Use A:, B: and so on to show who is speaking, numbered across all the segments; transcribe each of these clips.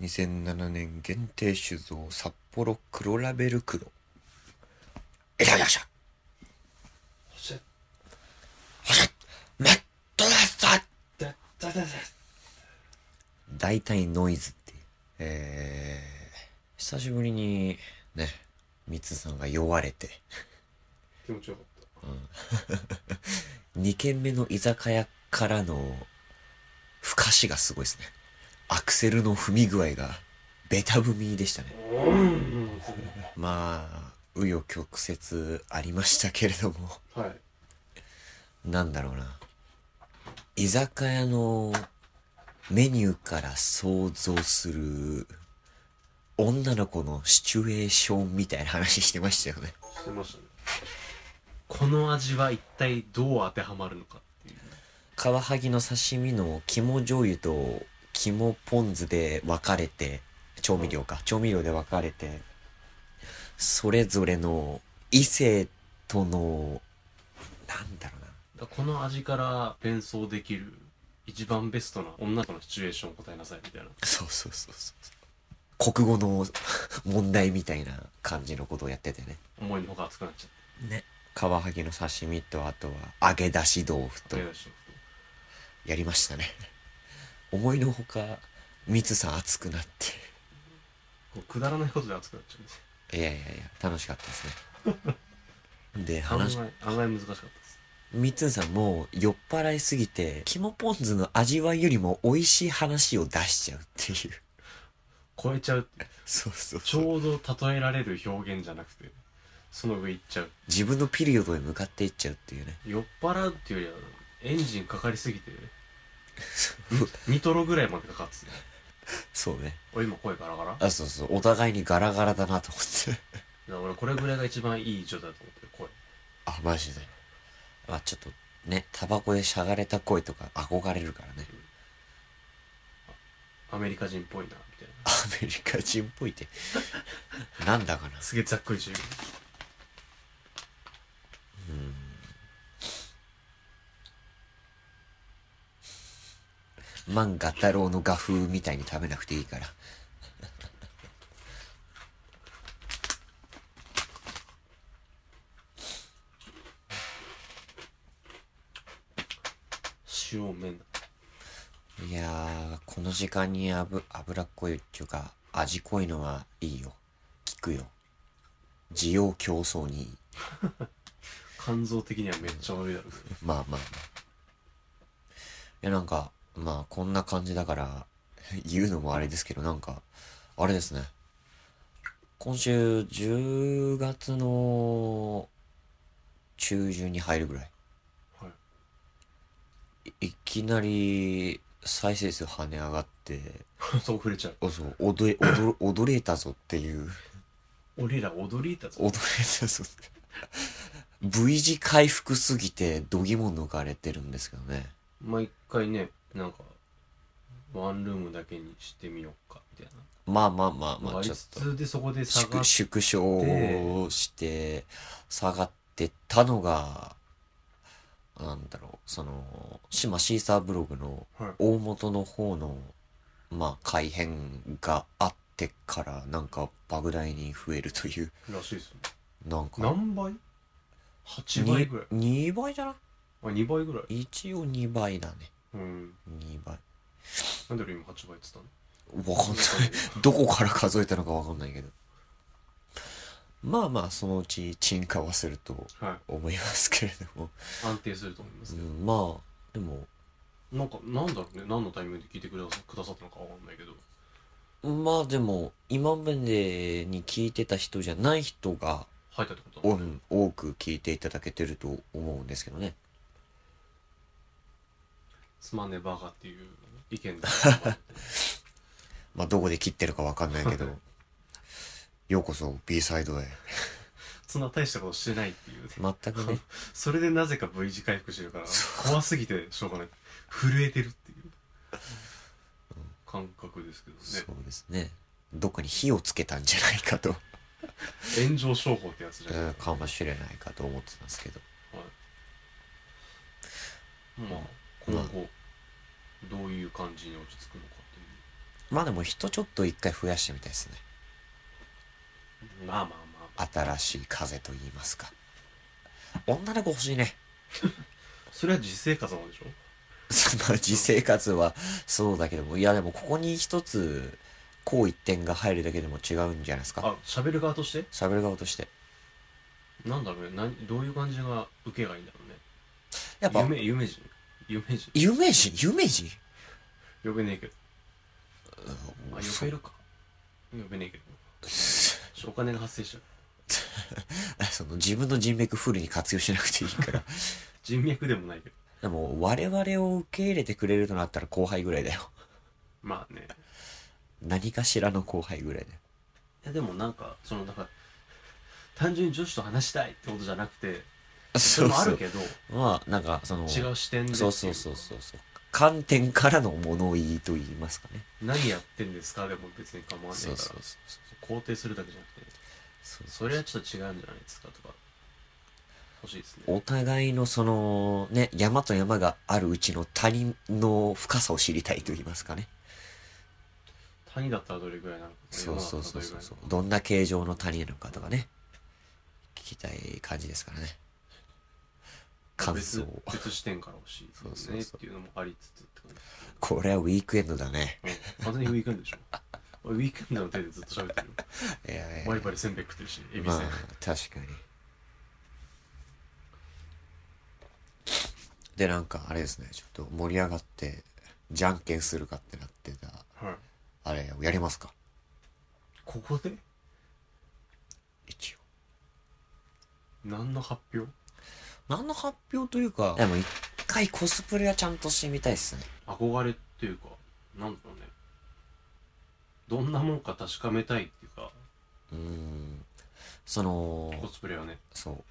A: 2007年限定酒造札幌黒ラベル黒いただきました
B: シェ
A: ほしゃ待っとなさい
B: だだだだ
A: 大体ノイズっていうえー、久しぶりにねミツさんが酔われて
B: 気持ちよかっ
A: 2軒目の居酒屋からのふかしがすごいですねアクセルの踏み具合がベタ踏みでしたね
B: たうん
A: まあ紆余曲折ありましたけれども
B: はい
A: なんだろうな居酒屋のメニューから想像する女の子のシチュエーションみたいな話してましたよね
B: してましたねこの味は一体どう当てはまるのかっていう
A: カワハギの刺身の肝醤油と肝ポン酢で分かれて調味料か調味料で分かれてそれぞれの異性とのなんだろうな
B: だこの味から連想できる一番ベストな女とのシチュエーションを答えなさいみたいな
A: そうそうそうそう。国語の問題みたいな感じのことをやっててね。
B: 思いのほか熱くなっちゃっ
A: ね。カワハギの刺身と、あとは揚げ出し豆腐
B: た
A: と
B: 手、出しの
A: やりましたね。思いのほか、ミツさん熱くなっ
B: こうくだらないことで熱くなっちゃうんです
A: て。いやいやいや、楽しかったですね。で、
B: 案
A: 話、
B: 外案外難しかったです
A: ミツさんもう酔っ払いすぎて、肝ポン酢の味わいよりも美味しい話を出しちゃうっていう。
B: 超えちゃうっていう
A: そうそう
B: ち
A: そう。
B: ょうど例えられる表現じゃなくてその上行っちゃう
A: 自分のピリオドへ向かっていっちゃうっていうね。
B: 酔っ払うっていうよりはエンジンかかりすぎ てニトロぐらいまでかかってたね
A: そうね。
B: 俺今声ガラガラだか
A: あ、そうそう。お互いにガラガラだなと思って。
B: ら俺これぐらいが一番いい状態だと思ってる声
A: あ、マジで。まあちょっとね、タバコでしゃがれた声とか憧れるからね。
B: アメリカ人っぽいなみたいな
A: アメリカ人っぽいって。なんだかな。
B: すげえざっくりしてる
A: 漫画太郎の画風みたいに食べなくていいから。
B: 塩麺だ
A: いやー、この時間にあぶ脂っこいっていうか、味濃いのはいいよ。効くよ。需要競争にいい。
B: 肝臓的にはめっちゃ悪いだろうけど
A: まあまあまあ。いや、なんか、まあ、こんな感じだから、 言うのもあれですけど、なんか、あれですね。今週、10月の中旬に入るぐらい。
B: はい
A: いいきなり、再生数跳ね上がって、
B: そう触れちゃう
A: おそう、踊れ、 踊れ、踊れたぞっていう、
B: 俺ら踊りだぞ
A: 踊れたぞって。V 字回復すぎて、度肝抜かれてるんですけどね。
B: 毎回ねなんかワンルームだけにしてみようかみたい
A: まあまあまあ
B: な、
A: まあ、
B: 割
A: ちょ
B: り
A: っ
B: つ
A: と。
B: つでそこで下がっ
A: 縮縮小をして下がってったのがなんだろうその島シーサーブログの
B: はい
A: 大元の方のまあ改変があってからなんか莫大に増えるという
B: らしいですね
A: なんか
B: 何倍 ?8 倍ぐらい
A: 2倍じゃな
B: あ2倍ぐらい
A: い一応2倍だね
B: うん
A: 2倍
B: なんで俺今8倍って言っ
A: わかんない どこから数えたのかわかんないけどまあまあそのうち沈下はすると
B: たのはい
A: 思いますけれども
B: 安定すると思いますけど、
A: うん、まあでも
B: なんかなんだろうね何のタイミングで聞いてくださくださったのかわかんないけど
A: まあでも今までに聞いてた人じゃない人が
B: 入ったってこと
A: う
B: なんだ
A: ん多く聞いていただけてると思うんですけどね
B: すまんねバカっていう意見だ
A: まあどこで切ってるかわかんない けどようこそ B サイドへ
B: そんな大したことしてないっていう
A: 全くね
B: それでなぜか V 字回復してるから怖すぎてしょうがない震えてるっていう感覚ですけど
A: そ
B: ね
A: うですねどっかに火をつけたんじゃないかと、
B: 炎上商法ってやつじゃない
A: うん、かもしれないかと思ってたんですけど
B: まあ今後どういう感じに落ち着くのかという
A: まあでも人ちょっと一回増やしてみたいですね。
B: まあまあまあ、
A: 新しい風と言いますか。女の子欲しいね。
B: それは実生活なんでしょ
A: まあ、自生活はそうだけども、いやでもここに一つ、こう一点が入るだけでも違うんじゃないですか。
B: あ喋る側として
A: 喋る側として。
B: なんだろうね何どういう感じが受けがいいんだろうね
A: やっぱ、
B: 夢夢人夢人
A: 有名人有名人
B: 呼べねえけどあ呼
A: そ
B: べるか呼べねえけどちょお金が発生しちゃう
A: その自分の人脈フルに活用しなくていいから。
B: 人脈でもないけど
A: でも、我々を受け入れてくれるとなったら後輩ぐらいだよ。
B: まあね
A: 何かしらの後輩ぐらいだよ。
B: いやでもなんかそのだから単純に女子と話したいってことじゃなくてそ
A: そ
B: れ
A: う
B: もあ
A: そ
B: る
A: う。
B: けど
A: まあ、なんか、その、
B: 違う視点でってい
A: そうそうそうそうそう。観点からの物言いと言いますかね。
B: 何やってんですかでも別に構わないか
A: そう
B: ら
A: そうそう
B: 肯定するだけじゃなくて
A: そう。
B: それはちょっと違うんじゃないですかとか欲しいですね
A: お互いのそのね、山と山があるうちの谷の深さを知りたいと言いますかね。
B: 谷だったらどれぐらいなのか
A: そうそうそうそうそう。
B: ど
A: どんな形状の谷なのかとかね。聞きたい感じですからね。感想
B: 別。別視点から欲しいですね
A: そうそうそう
B: っていうのもありつつって感じ
A: これはウィークエンドだね。
B: うん完全にウィークエンドで しょ俺ウィークエンドの手でずっと喋ってるよ
A: いやいや
B: バリバリせんべい食ってるしエビ
A: ま
B: せ
A: あ
B: ん、、
A: 確かに。で、なんかあれですね、ちょっと盛り上がって、じゃんけんするかってなってた、
B: はい、
A: あれをやりますか
B: ここで
A: 一応。
B: 何の発表
A: 何の発表というか、でも一回コスプレはちゃんとしてみたいっすね。
B: 憧れっていうかなんだろうねどんなもんか確かめたいっていうか
A: うーん。そ
B: コ
A: の、
B: スプレはね
A: そう。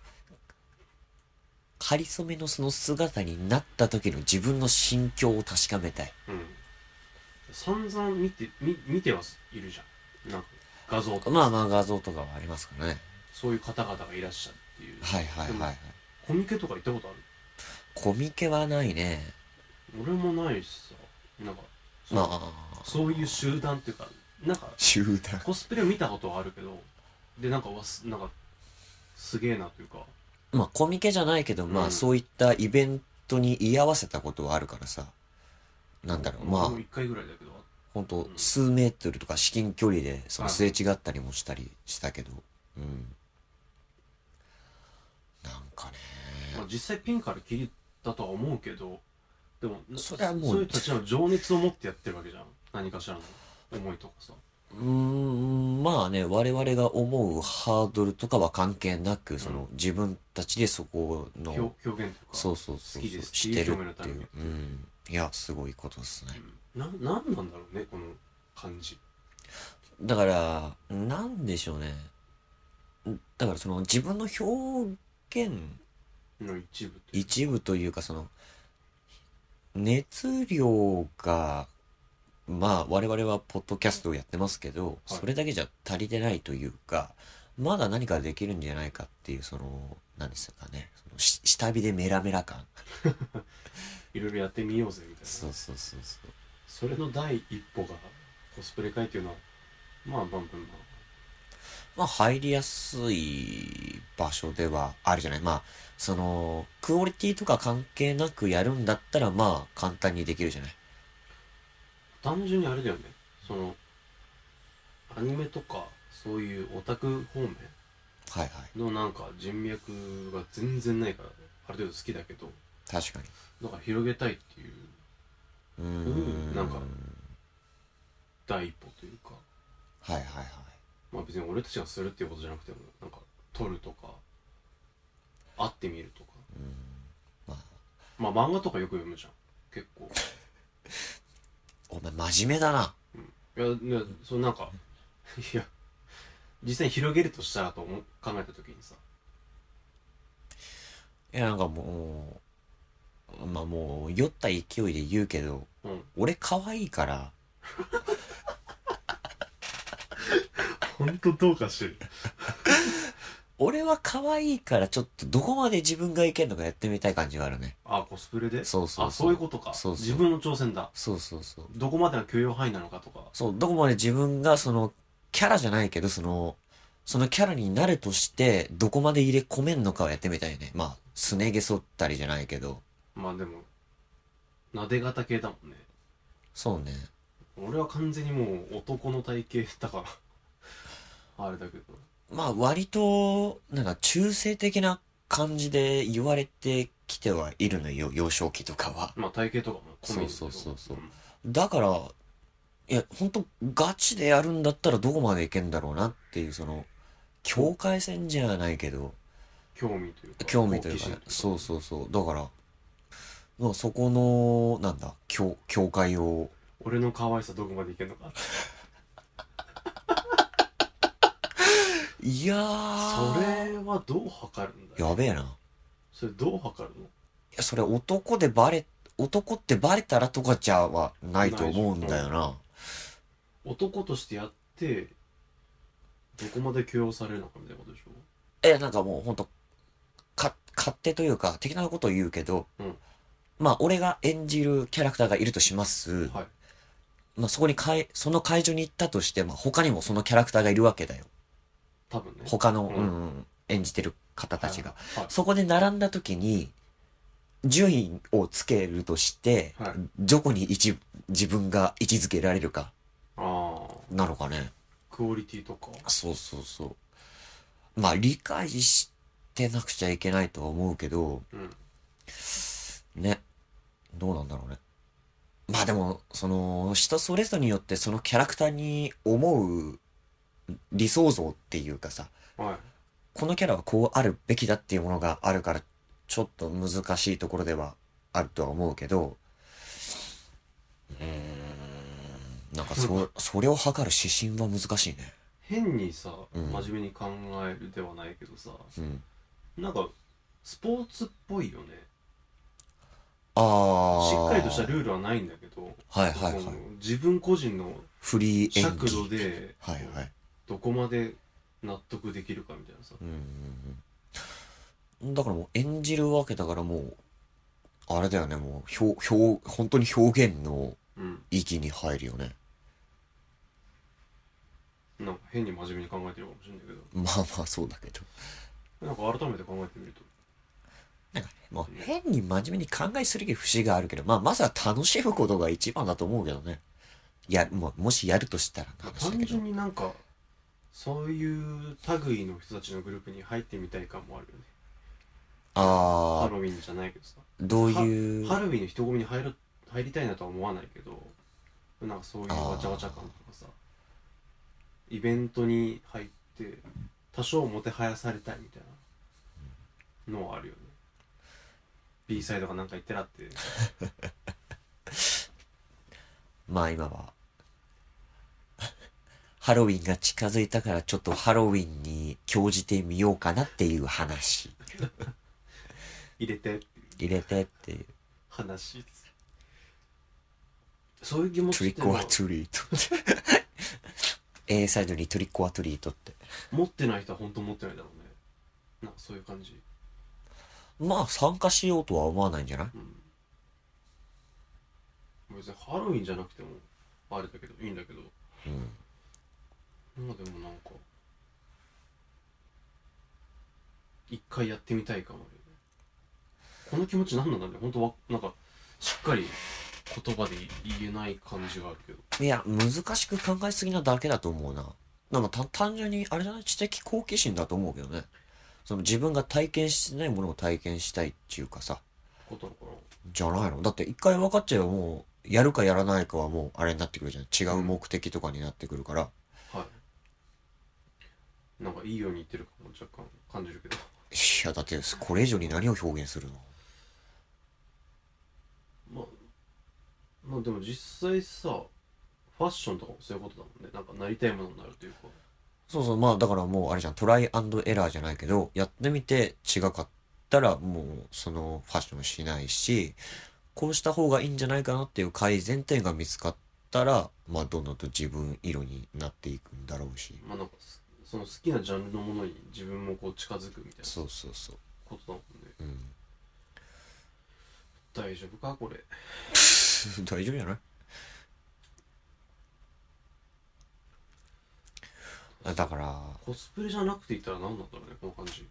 A: 仮初めのその姿になった時の自分の心境を確かめたい。
B: うん散々見て見見てはいるじゃんなんか画像とか
A: まあまあ画像とかはありますからね。
B: そういう方々がいらっしゃるっていう
A: はいはいはいはい。
B: コミケとか行ったことある
A: コミケはないね。
B: 俺もないしさなんかそう
A: まあ、
B: そういう集団っていうかなんか
A: 集団。
B: コスプレを見たことはあるけどでなんかわすなんかすげえなというか
A: まあコミケじゃないけど、ま
B: う
A: あ
B: ん
A: そういったイベントに居合わせたことはあるからさ。なんだろう、まあ
B: 1、回ぐらいだけど
A: ほんと数メートルとか至近距離でその
B: はい
A: すれ違ったりもしたりしたけど、うん。なんかね。
B: まあ、実際ピンから切ったとは思うけどでもな
A: それはもう
B: そういう人たちの情熱を持ってやってるわけじゃん何かしらの思いとかさ
A: うーん、まあね、我々が思うハードルとかは関係なく、その自分たちでそこの、
B: 表表現とか
A: そうそうそう
B: 好き
A: そう、
B: です
A: してる
B: いい表現の
A: っ
B: た
A: て
B: め
A: い
B: に
A: う。うん。いや、すごいことですね。
B: うんななんなんだろうねこの感じ
A: だから、なんでしょうね。だからその自分の表現
B: の一部っていう
A: 一部というかその、熱量が、まあ我々はポッドキャストをやってますけど、
B: はい
A: それだけじゃ足りてないというか、まだ何かできるんじゃないかっていう、その、何ですかね、そのし下火でメラメラ感。
B: いろいろやってみようぜみたいな
A: そうそうそうそう。
B: それの第一歩がコスプレ会っていうのはまあまあまあまあ
A: まあ、入りやすい場所ではあるじゃない。まあ、その、クオリティとか関係なくやるんだったら、まあ、簡単にできるじゃない。
B: 単純にあれだよねそのアニメとかそういうオタク方面
A: はいはい。
B: のなんか人脈が全然ないからある程度好きだけど
A: 確かに。
B: なんか広げたいっていう
A: うー
B: うん
A: ん。
B: なんか第一歩というか
A: はいはいはい。
B: まあ別に俺たちがするっていうことじゃなくてもなんか撮るとか会ってみるとか
A: まあ、
B: まあ漫画とかよく読むじゃん結構
A: お前真面目だな。
B: いやねそのなんか いや実際に広げるとしたらと思う考えた時にさ
A: いや、なんかもう、まあもう、酔った勢いで言うけど、
B: うん
A: 俺可愛いから、
B: 本当どうかしてる
A: 俺は可愛いからちょっとどこまで自分がいけるのかやってみたい感じがあるね。
B: あコスプレで
A: そうそうそう
B: あそういうことか
A: そうそう
B: 自分の挑戦だ
A: そうそうそう。
B: どこまでが許容範囲なのかとか
A: そう、どこまで自分がその、キャラじゃないけど、その、そのキャラになるとして、どこまで入れ込めんのかをやってみたいね。まあ、すね毛剃ったりじゃないけど。
B: まあでもなで型系だもんね
A: そうね。
B: 俺は完全にもう男の体型だから あれだけど
A: まあ、割と、なんか中性的な感じで言われてきてはいるのよ、幼少期とかは。
B: まあ体型とかも込みで
A: そうそうそうそうんだから、いや、本当ガチでやるんだったらどこまでいけんだろうなっていう、その、境界線じゃないけど、
B: 興味というか
A: 興味というか
B: 好奇心
A: ね、そう
B: う
A: そうそう。だから、まあそこの、なんだ、境、境界を、
B: 俺の可愛さどこまでいけるのか
A: いやー、
B: それはどう測るんだよ
A: やべえな。い
B: それどう測るの
A: や、それ男でバレ、男ってバレたらとかじゃはないと思うんだよな。
B: 男としてやってどこまで許容されるのかみたいなことでしょ
A: え、なんかもうほんと、か、勝手というか、的なことを言うけど、
B: うん
A: まあ、俺が演じるキャラクターがいるとします。
B: はい
A: まあ、そこに会、その会場に行ったとして、まあ、他にもそのキャラクターがいるわけだよ。
B: 多分ね
A: 他の、
B: うん
A: うんうん、演じてる方たちが。
B: はい
A: そこで並んだ時に、順位をつけるとして、
B: はい
A: どこに位置、自分が位置づけられるか、
B: ああ
A: なのかね。
B: クオリティとか
A: そうそうそう。まあ理解してなくちゃいけないとは思うけど、
B: うん
A: ね。どうなんだろうね。まあでも、その、人それぞれによってそのキャラクターに思う理想像っていうかさ、
B: はい
A: このキャラはこうあるべきだっていうものがあるから、ちょっと難しいところではあるとは思うけど、うーん、なんかそ、それを測る指針は難しいね。
B: 変にさ、
A: うん
B: 真面目に考えるではないけどさ
A: うん。
B: なんかスポーツっぽいよね
A: ああ。
B: しっかりとしたルールはないんだけど、
A: はいはいはい
B: こ。の自分個人の
A: フリー演
B: 尺
A: 技。
B: 度で
A: はいはい。
B: どこまで納得できるかみたいなさ
A: うんうんうん。だからもう演じるわけだからもう、あれだよね、もう、表、表、本当に表現の
B: うん
A: 域に入るよね。
B: なんか変に真面目に考えてるかもしれないけど
A: まあまあそうだけど。
B: なんか改めて考えてみると
A: なんか、もう変に真面目に考えすぎる節があるけど、まあまずは楽しむことが一番だと思うけどね。や、もう、もしやるとしたらの話だ
B: 単
A: けど
B: 純。になんかそういう類の人たちのグループに入ってみたい感もあるよねハ
A: ああ、
B: ロウィンじゃないけどさ
A: どういう、
B: ハロウィンの人混みに入る入りたいなとは思わないけどなんかそういうわちゃわちゃ感とかさイベントに入って多少もてはやされたいみたいなのはあるよね B サイドがなんか言ってらって
A: まあ今は、ハロウィンが近づいたからちょっとハロウィンに興じてみようかなっていう話。
B: 入れて
A: 入れてっていう。
B: 話そういう気持
A: ト
B: ち
A: リ
B: って
A: コ
B: ま
A: ア
B: あ
A: トリートって。A サイドにトリコアトリートって。
B: 持ってない人は本当持ってないだろうねなんかそういう感じ
A: まあ参加しようとは思わないんじゃない
B: うん別にハロウィンじゃなくてもあれだけどいいんだけど
A: うん。
B: まあでもなんか一回やってみたいかもねこの気持ち何なんだろうね本当はなんかしっかり言葉で言えない感じがあるけど
A: いや、難しく考えすぎなだけだと思うな。なんかた単純に、あれじゃない知的好奇心だと思うけどね。その自分が体験してないものを体験したいっていうかさ。
B: ことなのかな
A: じゃないのだって一回分かっちゃえばもう、やるかやらないかはもう、あれになってくるじゃん。違う目的とかになってくるから。
B: はいなんかいいように言ってるかも若干感じるけど
A: いや、だって、これ以上に何を表現するの
B: まあまあでも実際さファッションとかもそういうことだもんねなんかなりたいものになるというか
A: そうそう、まあだからもう、あれじゃん、トライアンドエラーじゃないけど、やってみて違かったら、もう、その、ファッションしないし、こうした方がいいんじゃないかなっていう改善点が見つかったら、まあ、どんどんと自分色になっていくんだろうし。
B: まあなんかすその好きなジャンルのものに自分もこう近づくみたいな
A: そうそうそう。
B: ことだもんね
A: うん。
B: 大丈夫かこれ
A: 大丈夫じゃないあだから、
B: コスプレじゃなくて言ったら何なんだろうねこの感じ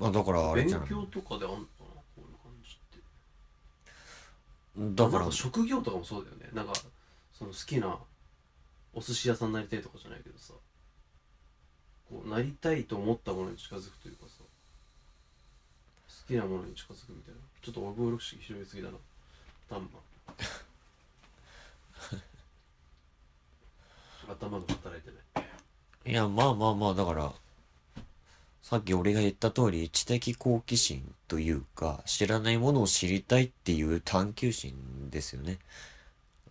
A: あ、だからあれ
B: 勉
A: じゃない
B: 強とかであんのかなこういう感じって
A: だか
B: な
A: ら
B: ん、職業とかもそうだよねなんかその好きなお寿司屋さんになりたいとかじゃないけどさこうなりたいと思ったものに近づくというかさ好きなものに近づくみたいなちょっとオブロシ広げすぎだなタ ンマン頭が働いてない
A: いや、まあまあまあ、だから、さっき俺が言った通り、知的好奇心というか、知らないものを知りたいっていう探求心ですよね。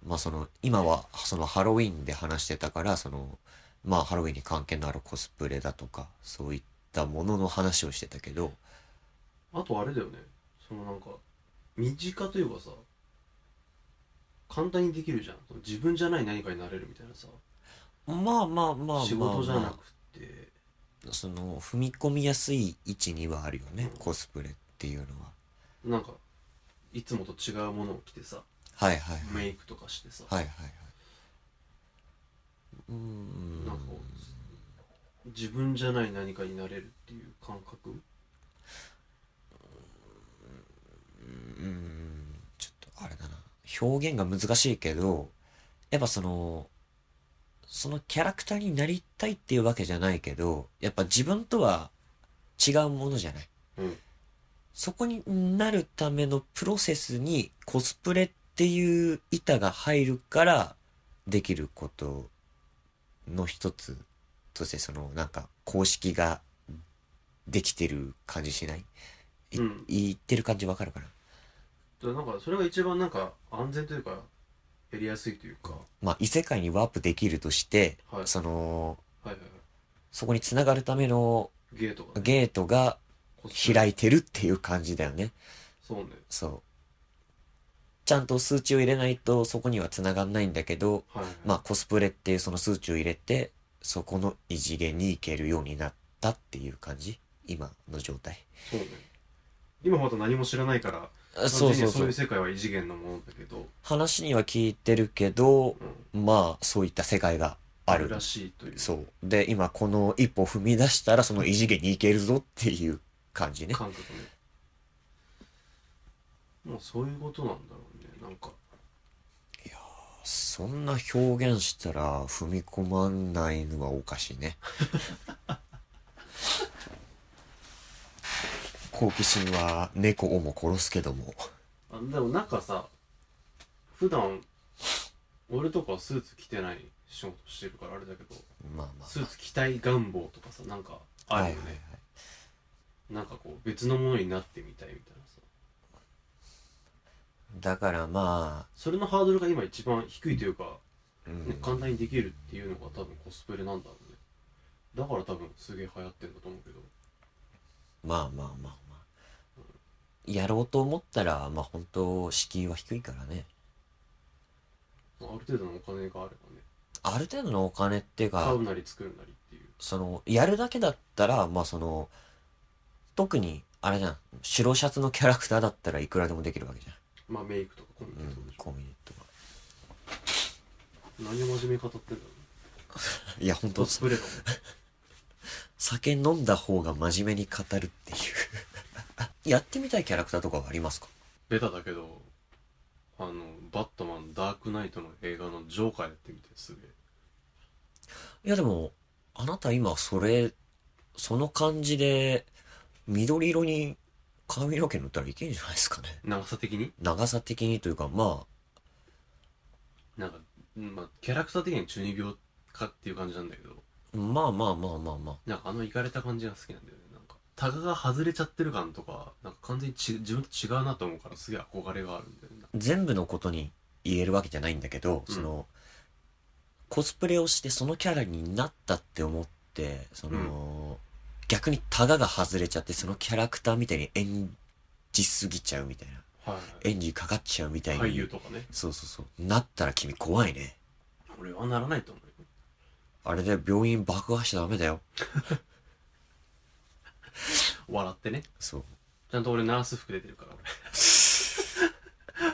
A: まあその、今は、そのハロウィンで話してたから、その、まあハロウィンに関係のあるコスプレだとか、そういったものの話をしてたけど、
B: あとあれだよねそのなんか身近というかさ簡単にできるじゃん自分じゃない何かになれるみたいなさ
A: まあまあまあまあ、まあ、
B: 仕事じゃなくて
A: その、踏み込みやすい位置にはあるよね、コスプレっていうのは。
B: なんかいつもと違うものを着てさ
A: はいはいはい。
B: メイクとかしてさ、
A: はいはいはい。うーん。
B: なんかこう自分じゃない何かになれるっていう感覚
A: うーんちょっとあれだな。表現が難しいけど、やっぱその、そのキャラクターになりたいっていうわけじゃないけど、やっぱ自分とは違うものじゃない。
B: うん
A: そこになるためのプロセスにコスプレっていう板が入るからできることの一つとしてそのなんか公式ができてる感じしない、い
B: うん
A: 言ってる感じわかるかな
B: だからなんかそれが一番なんか安全というかやりやすいというかは
A: まあ異世界にワープできるとして、
B: はい
A: その
B: いはいは
A: そこに繋がるための
B: いゲートが、ね、
A: ゲートが開
B: い
A: いてるっていう感じだよね。
B: そうね
A: そう。ちゃんと数値を入れないとそこには繋がんないんだけど、
B: はいはい、
A: まあコスプレっていうその数値を入れて、そこの異次元に行けるようになったっていう感じ今の状態。
B: そうね今まだ何も知らないから
A: あそう
B: 単純に
A: そう
B: そ
A: そう
B: いう
A: う。
B: 世界は異次元のものだけど、
A: 話には聞いてるけど、
B: うん、
A: まあそういった世界がある
B: らしいという
A: そう。で、今この一歩踏み出したらその異次元に行けるぞっていう感じね。
B: 感覚ねもうそういうことなんだろうねなんか
A: そんな表現したら踏み込まないのはおかしい ね。好奇心は猫をも殺すけども。
B: あでもなんかさ普段俺とかはスーツ着てない仕事してるからあれだけど
A: まあま
B: スーツ着たい願望とかさなんか
A: あ。
B: ある
A: はい
B: よね、
A: はいはい。
B: なんかこう別のものになってみたいみたいなさ
A: だからま
B: それのハードルが今一番低いというか、
A: あ、う
B: ね
A: ん、
B: 簡単にできるっていうのが多分コスプレなんだろうねだから多分すげえ流行ってんだと思うけど
A: まあまあまあまあ。やろうと思ったら、まあ本当敷居は低いからね。
B: まあある程度のお金があればね
A: ある程度のお金っていうか
B: 買、うなり作るなりっていう
A: その、やるだけだったら、まあその、特に、あれじゃん、白シャツのキャラクターだったらいくらでもできるわけじゃん。
B: まあメイクとかコン
A: う
B: テンツとか
A: ん
B: でしょ、
A: コンビニとか。
B: 何を真面目に語ってんだろ
A: いや、本
B: うコ
A: 当
B: スプレだもん
A: 酒飲んだ方が真面目に語るっていう。 やってみたいキャラクターとかはありますか
B: ベタだけどあのバットマンダークナイトの映画のジョーカーやってみてすげえ
A: いや、でも、あなた今、それ、その感じで、緑色に髪の毛塗ったらいけんじゃないですかね。
B: 長さ的に
A: 長さ的にというか、ま
B: なんか、うんまあ、キャラクター的には中二病かっていう感じなんだけど
A: あ、まあまあまあまあまあ。
B: なんかあのいかれた感じが好きなんだよねなんかタガが外れちゃってる感とかなんか完全にち自分と違うなと思うからすげえ憧れがあるんだよね
A: 全部のことに言えるわけじゃないんだけど、
B: うん
A: そのコスプレをしてそのキャラになったって思ってその、逆にタガが外れちゃってそのキャラクターみたいに演じすぎちゃうみたいな
B: は
A: 演技かかっちゃうみたいに
B: 俳優とかね
A: そうそうそうなったら君怖いね
B: 俺はならないと思うよ
A: あれで病院爆破しちゃダメだよ
B: 笑ってね
A: そう
B: ちゃんと俺ナース服出てるから俺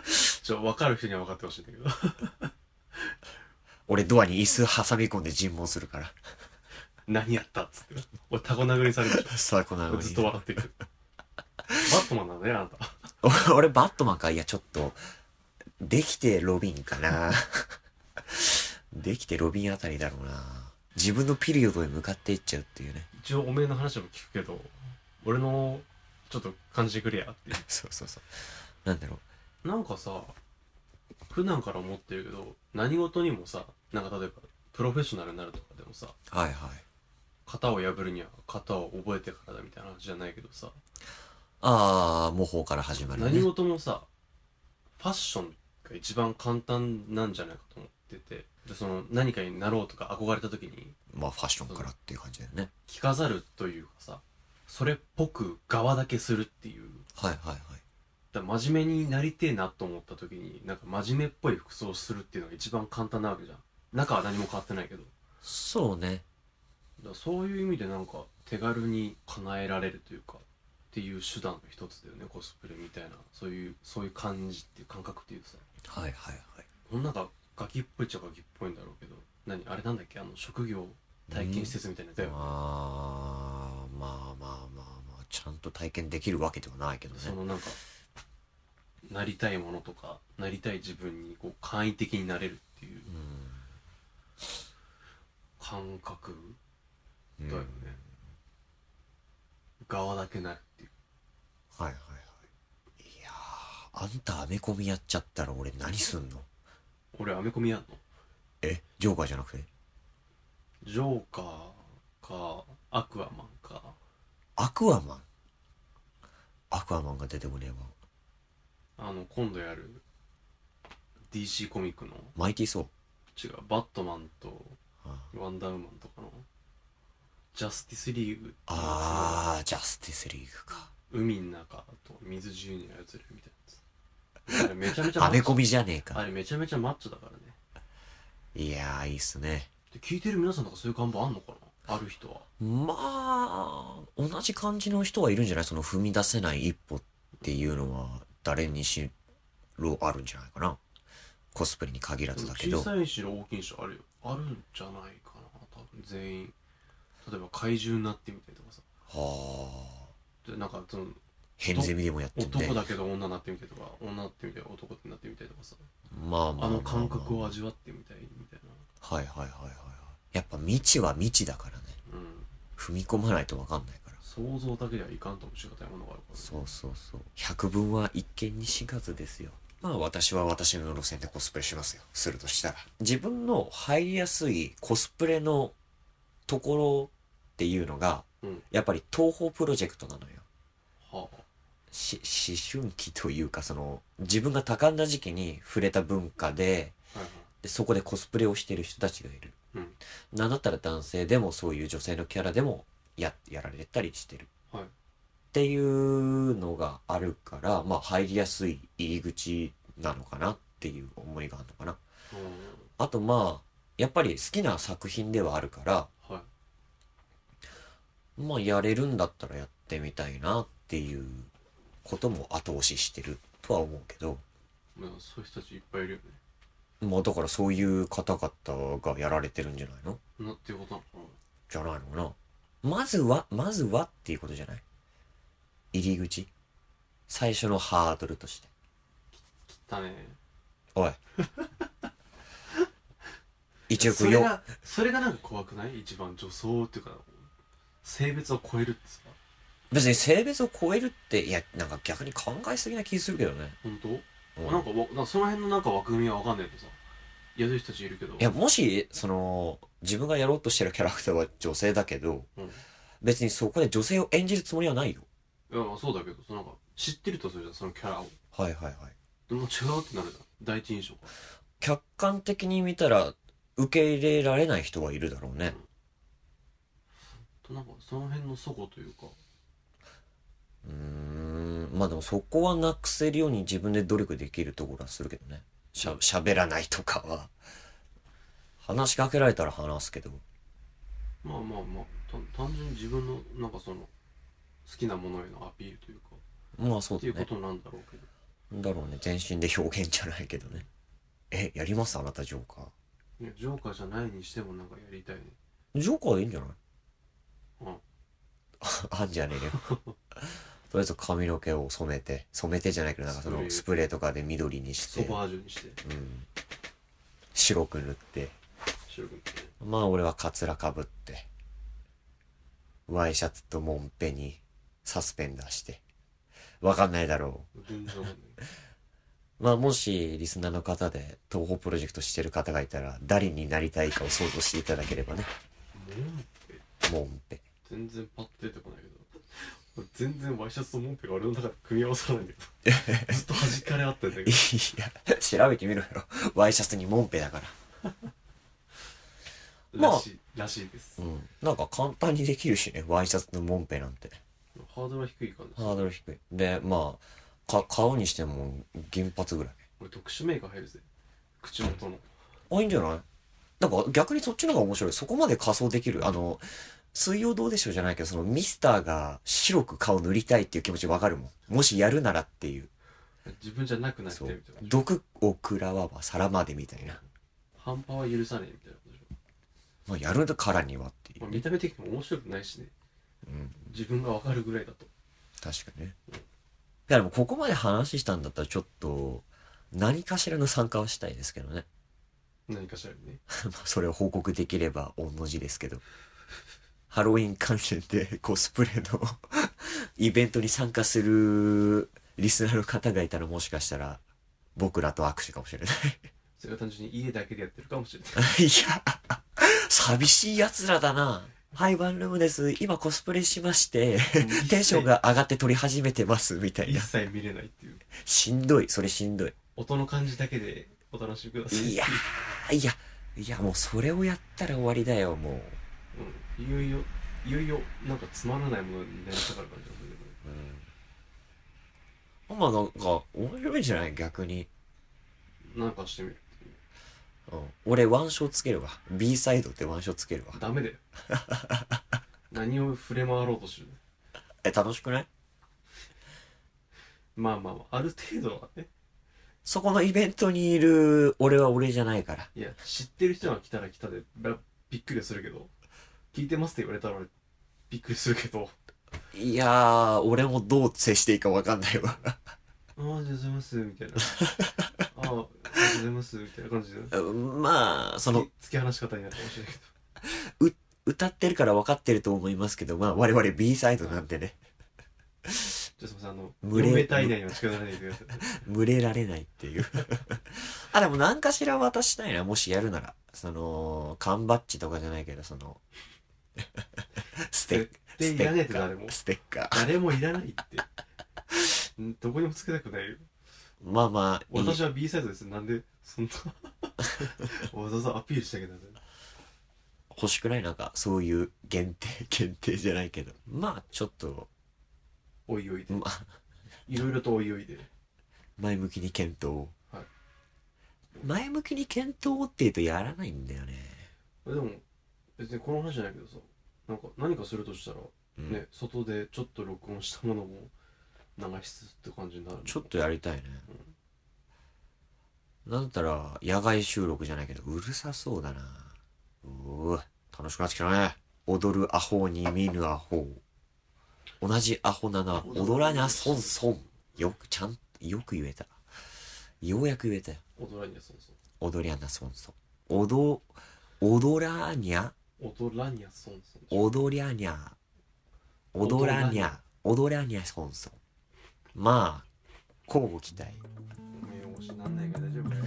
B: ちょ、わかる人には分かってほしいんだけど。
A: 俺ドアに椅子挟み込んで尋問するから。
B: 何やったっつって。俺、タコ殴りされるでし
A: スタコな
B: ょ。
A: の
B: ずっと
A: に。
B: 笑ってる。バットマンなんだね、あなた。
A: お 俺バットマンか。いや、ちょっと、できてロビンかな。 できてロビンあたりだろうな。自分のピリオドへ向かっていっちゃうっていうね。
B: 一応、おめえの話も聞くけど、俺の、ちょっと感じてくれやってい
A: そうそうそう。なんだろう。
B: う。なんかさ、普段から思ってるけど、何事にもさ、なんか例えば、プロフェッショナルになるとかでもさ、
A: はいはい。
B: 型を破るには型を覚えてからだみたいな話じゃないけどさ、
A: ああ、模倣から始まる、ね。
B: 何事もさファッションが一番簡単なんじゃないかと思っててでその何かになろうとか憧れた時に
A: まあ、ファッションからっていう感じだよね。
B: 着飾るというかさそれっぽく側だけするっていう
A: はいはいはい。
B: だから真面目になりてえなと思った時になんか真面目っぽい服装をするっていうのが一番簡単なわけじゃん中は何も変わってないけどだ
A: そうね。
B: からそういう意味でなんか手軽に叶えられるというかっていう手段の一つだよねコスプレみたいなそういうそういう感じっていう感覚っていうさ
A: はいはいはい。
B: こんなんかガキっぽいっちゃガキっぽいんだろうけど何あれなんだっけあの職業体験施設みたいなやつだよ、
A: まあまあまあまあまあちゃんと体験できるわけではないけどね
B: そのなんかなりたいものとかなりたい自分にこう簡易的になれるっていう感覚
A: うん、
B: だよね、側だけなるっていう
A: はいはいはいいやーあんたアメコミやっちゃったら俺何すんの
B: 俺アメコミやんの
A: えジョーカーじゃなくて
B: ジョーカーかアクアマンか
A: アクアマンアクアマンが出てこねえわ
B: あの今度やる DC コミックの
A: マイティーソー
B: 違うバットマンと
A: あ
B: ワンダーウーマンとかのジャスティスリーグってやつの
A: あージャスティスリーグか
B: 海の中と水自由に操れるみたいなやつあれめちゃめちゃ
A: アメ コ
B: マッ
A: ミじゃねえ
B: チョあ
A: か
B: れめちゃめちゃマッチョだからね
A: いやーいいっすね
B: で聞いてる皆さんとかそういう看板あんのかなある人は
A: まあ同じ感じの人はいるんじゃないその踏み出せない一歩っていうのは誰にしろあるんじゃないかなコスプレに限らずだけ
B: 小
A: ど
B: さいし大きいしあるよあるんじゃないかな多分全員例えば怪獣になってみたりとかさ
A: はあ
B: でなんかその
A: 変ゼミでもやってんで
B: 男だけど女になってみたりとか女になってみたり男になってみたりとかさ
A: まあまあま
B: あ
A: あまあ
B: の感覚を味わってみたいみたい
A: はいはいはいはいはいやっぱ未知は未知だからね
B: なうん
A: 踏み込まないと分かんないから
B: 想像だけではいかんともしがたいものがあるからね
A: そうそうそう百聞は一見にしがずですよまあ私は私の路線でコスプレしますよするとしたら自分の入りやすいコスプレのところっていうのが、
B: うん
A: やっぱり東宝プロジェクトなのよ
B: はあ
A: し思春期というかその自分が多感な時期に触れた文化で
B: はいはい
A: でそこでコスプレをしている人たちがいる、
B: うん
A: なんだったら男性でもそういう女性のキャラでもややられたりしてる
B: はい
A: っていうのがあるから、まあ入りやすい入り口なのかなっていう思いがあるのかな。
B: う
A: あとまあ、やっぱり好きな作品ではあるから、
B: んはい
A: まあやれるんだったらやってみたいなっていうことも後押ししてるとは思うけど、
B: まあ、そういう人たちいっぱいいるよ
A: まあだからそういう方々がやられてるんじゃないの
B: ね。なっていうことなの
A: じゃないのかな。まずは、まずはっていうことじゃない入り口最初のハードルとして。
B: かな。汚ね
A: おい。 一
B: え。
A: 応
B: そ
A: こう
B: れ
A: よ、
B: が、それがなんか怖くない一番女装っていうか、性別を超えるってさ。
A: 別に性別を超えるって、いや、なんか逆に考えすぎな気するけどね。
B: 本当、
A: うん
B: なんかわ、なんかその辺のなんか枠組みはわかんないけどさ。やる人たちいるけど。
A: いや、もし、その、自分がやろうとしてるキャラクターは女性だけど、
B: うん。い
A: 別にそこで女性を演じるつもりはないよ。
B: や、まあそうだけど、そのなんか、知ってるとするじゃん、そのキャラを。
A: はいはいはい。
B: でも違うってなるじゃん。第一印象が。
A: 客観的に見たら、受け入れられない人はいるだろうね。
B: と、なんか、その辺の齟齬というか、
A: うーん、まあでもそこはなくせるように自分で努力できるところはするけどね。しゃ、喋らないとかは。話しかけられたら話すけど。
B: まあまあまあ、た単純に自分の、なんかその、好きなものへのアピールというか、
A: まあそう
B: っていう
A: だ
B: こ
A: ね。
B: となんだろうけど。
A: なんだろうね、全身で表現じゃないけどね。え、やりますあなたジョーカ
B: いやジョーカーじゃないにしてもなんかやりたいね
A: ー。ジョーカーでいいんじゃない
B: うん
A: あんじゃねえよ。 とりあえず髪の毛を染めて、染めてじゃないけど、なんかそのスプレーとかで緑にし
B: ソ
A: て、
B: バージュにして
A: うん、白く塗って、
B: 白くって
A: まあ俺はカツラかぶって、ワイシャツとモンペにサスペンダーして、わかんないだろ。
B: 全然わかんないう
A: まあもしリスナーの方で東宝プロジェクトしてる方がいたら、誰になりたいかを想像していただければね、
B: モンペ
A: モンペ。
B: 全然パッと出てこないけど俺全然ワイシャツとモンペが俺の中で組み合わさないんだけ どずっと端からあったんだけど
A: いや、調べてみろよ。ワイシャツにモンペだから。まあ
B: らしいらしいです
A: うん。なんか簡単にできるしね、ワイシャツのモンペなんて。
B: ハードルは低い感じ
A: ハードル低い。で、まあ、か、買うにしても銀髪ぐらい。
B: 俺特殊メーカー入るぜ口元の
A: あ、いいんじゃないなんか逆にそっちの方が面白い。そこまで仮装できる。あの、水曜どうでしょうじゃないけど、そのミスターが白く顔塗りたいっていう気持ちわかるもん。もしやるならっていう。
B: 自分じゃなくなって
A: そ。
B: みたいうな
A: 毒を食らわば皿までみたいな。
B: 半端は許さねえみたいなことでし
A: まあ、やるからにはってい
B: ょま
A: う
B: あ
A: ね。
B: 見た目的にも面白くないしね
A: うん。
B: 自分がわかるぐらいだと
A: 確かにね。いやでもここまで話したんだったらちょっと、何かしらの参加はしたいですけどね。
B: 何かしらにね
A: まあそれを報告できれば御の字ですけど。ハロウィン関連でコスプレの イベントに参加するリスナーの方がいたらもしかしたら僕らと握手かもしれない。
B: それが単純に家だけでやってるかもしれない
A: い や、寂しい奴らだな。はい、ワンルームです。今コスプレしまして、 テンションが上がって撮り始めてます、みたい
B: 一
A: な。
B: 切見れないっていう
A: しんどい、それしんどい。
B: 音の感じだけでお楽しみください
A: いやー、いや、いや、もうそれをやったら終わりだよ、もう。
B: うん、いよいよいよいよなんかつまらないものになりたがる感じがするけどね
A: うん。まあなんか、面白いんじゃない逆に。
B: なんかしてみるっていう
A: うん。俺、腕章つけるわ。B サイドって腕章つけるわ。
B: ダ メだよ何を触れ回ろうとしてるの
A: え、楽しくない
B: まあまあまあある程度はね
A: そこのイベントにいる俺は俺じゃないから。
B: いや知ってる人が来たら来たでばびっくりはするけど聞いてますって言われたら俺びっくりするけど
A: いやー、俺もどう接していいかわかんないわ。
B: 「ああありがとうございます」みたいな「ああありがとうございます」みたいな感じで
A: うんまあ、その、
B: 突き放し方になるかもしれないけど
A: 歌ってるから分かってると思いますけど、まあ我々 B サイドなんでね、
B: じゃあすみませんあの
A: 群れ
B: 4メーター以内には近づかないでく ださい
A: 群れられないっていう。 あ、でも何かしら渡したいな、もしやるなら。その、缶バッジとかじゃないけど、その、 ステッ
B: 絶対いらねえって誰も
A: ステッカー。
B: 誰もいらないって んどこにもつけたくないよ
A: まあまあ、いい
B: 私は B サイドですなんでそんなわざわざアピールしなきゃダメ
A: 欲しくないなんか、そういう限定、限定じゃないけど。まあ、ちょっと、
B: おいおいで
A: まあ、
B: いろいろとおいおいで
A: 前向きに検討を。
B: はい
A: 前向きに検討って言うとやらないんだよね。
B: でも別にこの話じゃないけどさなんか何かするとしたら、
A: うん
B: ね外でちょっと録音したものも流しつつって感じになる
A: ちょっとやりたいね。なんだったら、野外収録じゃないけど、うるさそうだな。うー楽しくなってきたね。踊るアホに見ぬアホ。同じアホなな、踊らにゃ損損。よく、ちゃん、よく言えた。ようやく言えたよ。
B: 踊らにゃそうそう
A: 踊りゃな損損。踊、踊らにゃ、
B: 踊らにゃそうそう
A: 踊りゃにゃ、踊らにゃ、踊らにゃ損損。まあ、交互期待。
B: 目押しなんないから大丈夫かよ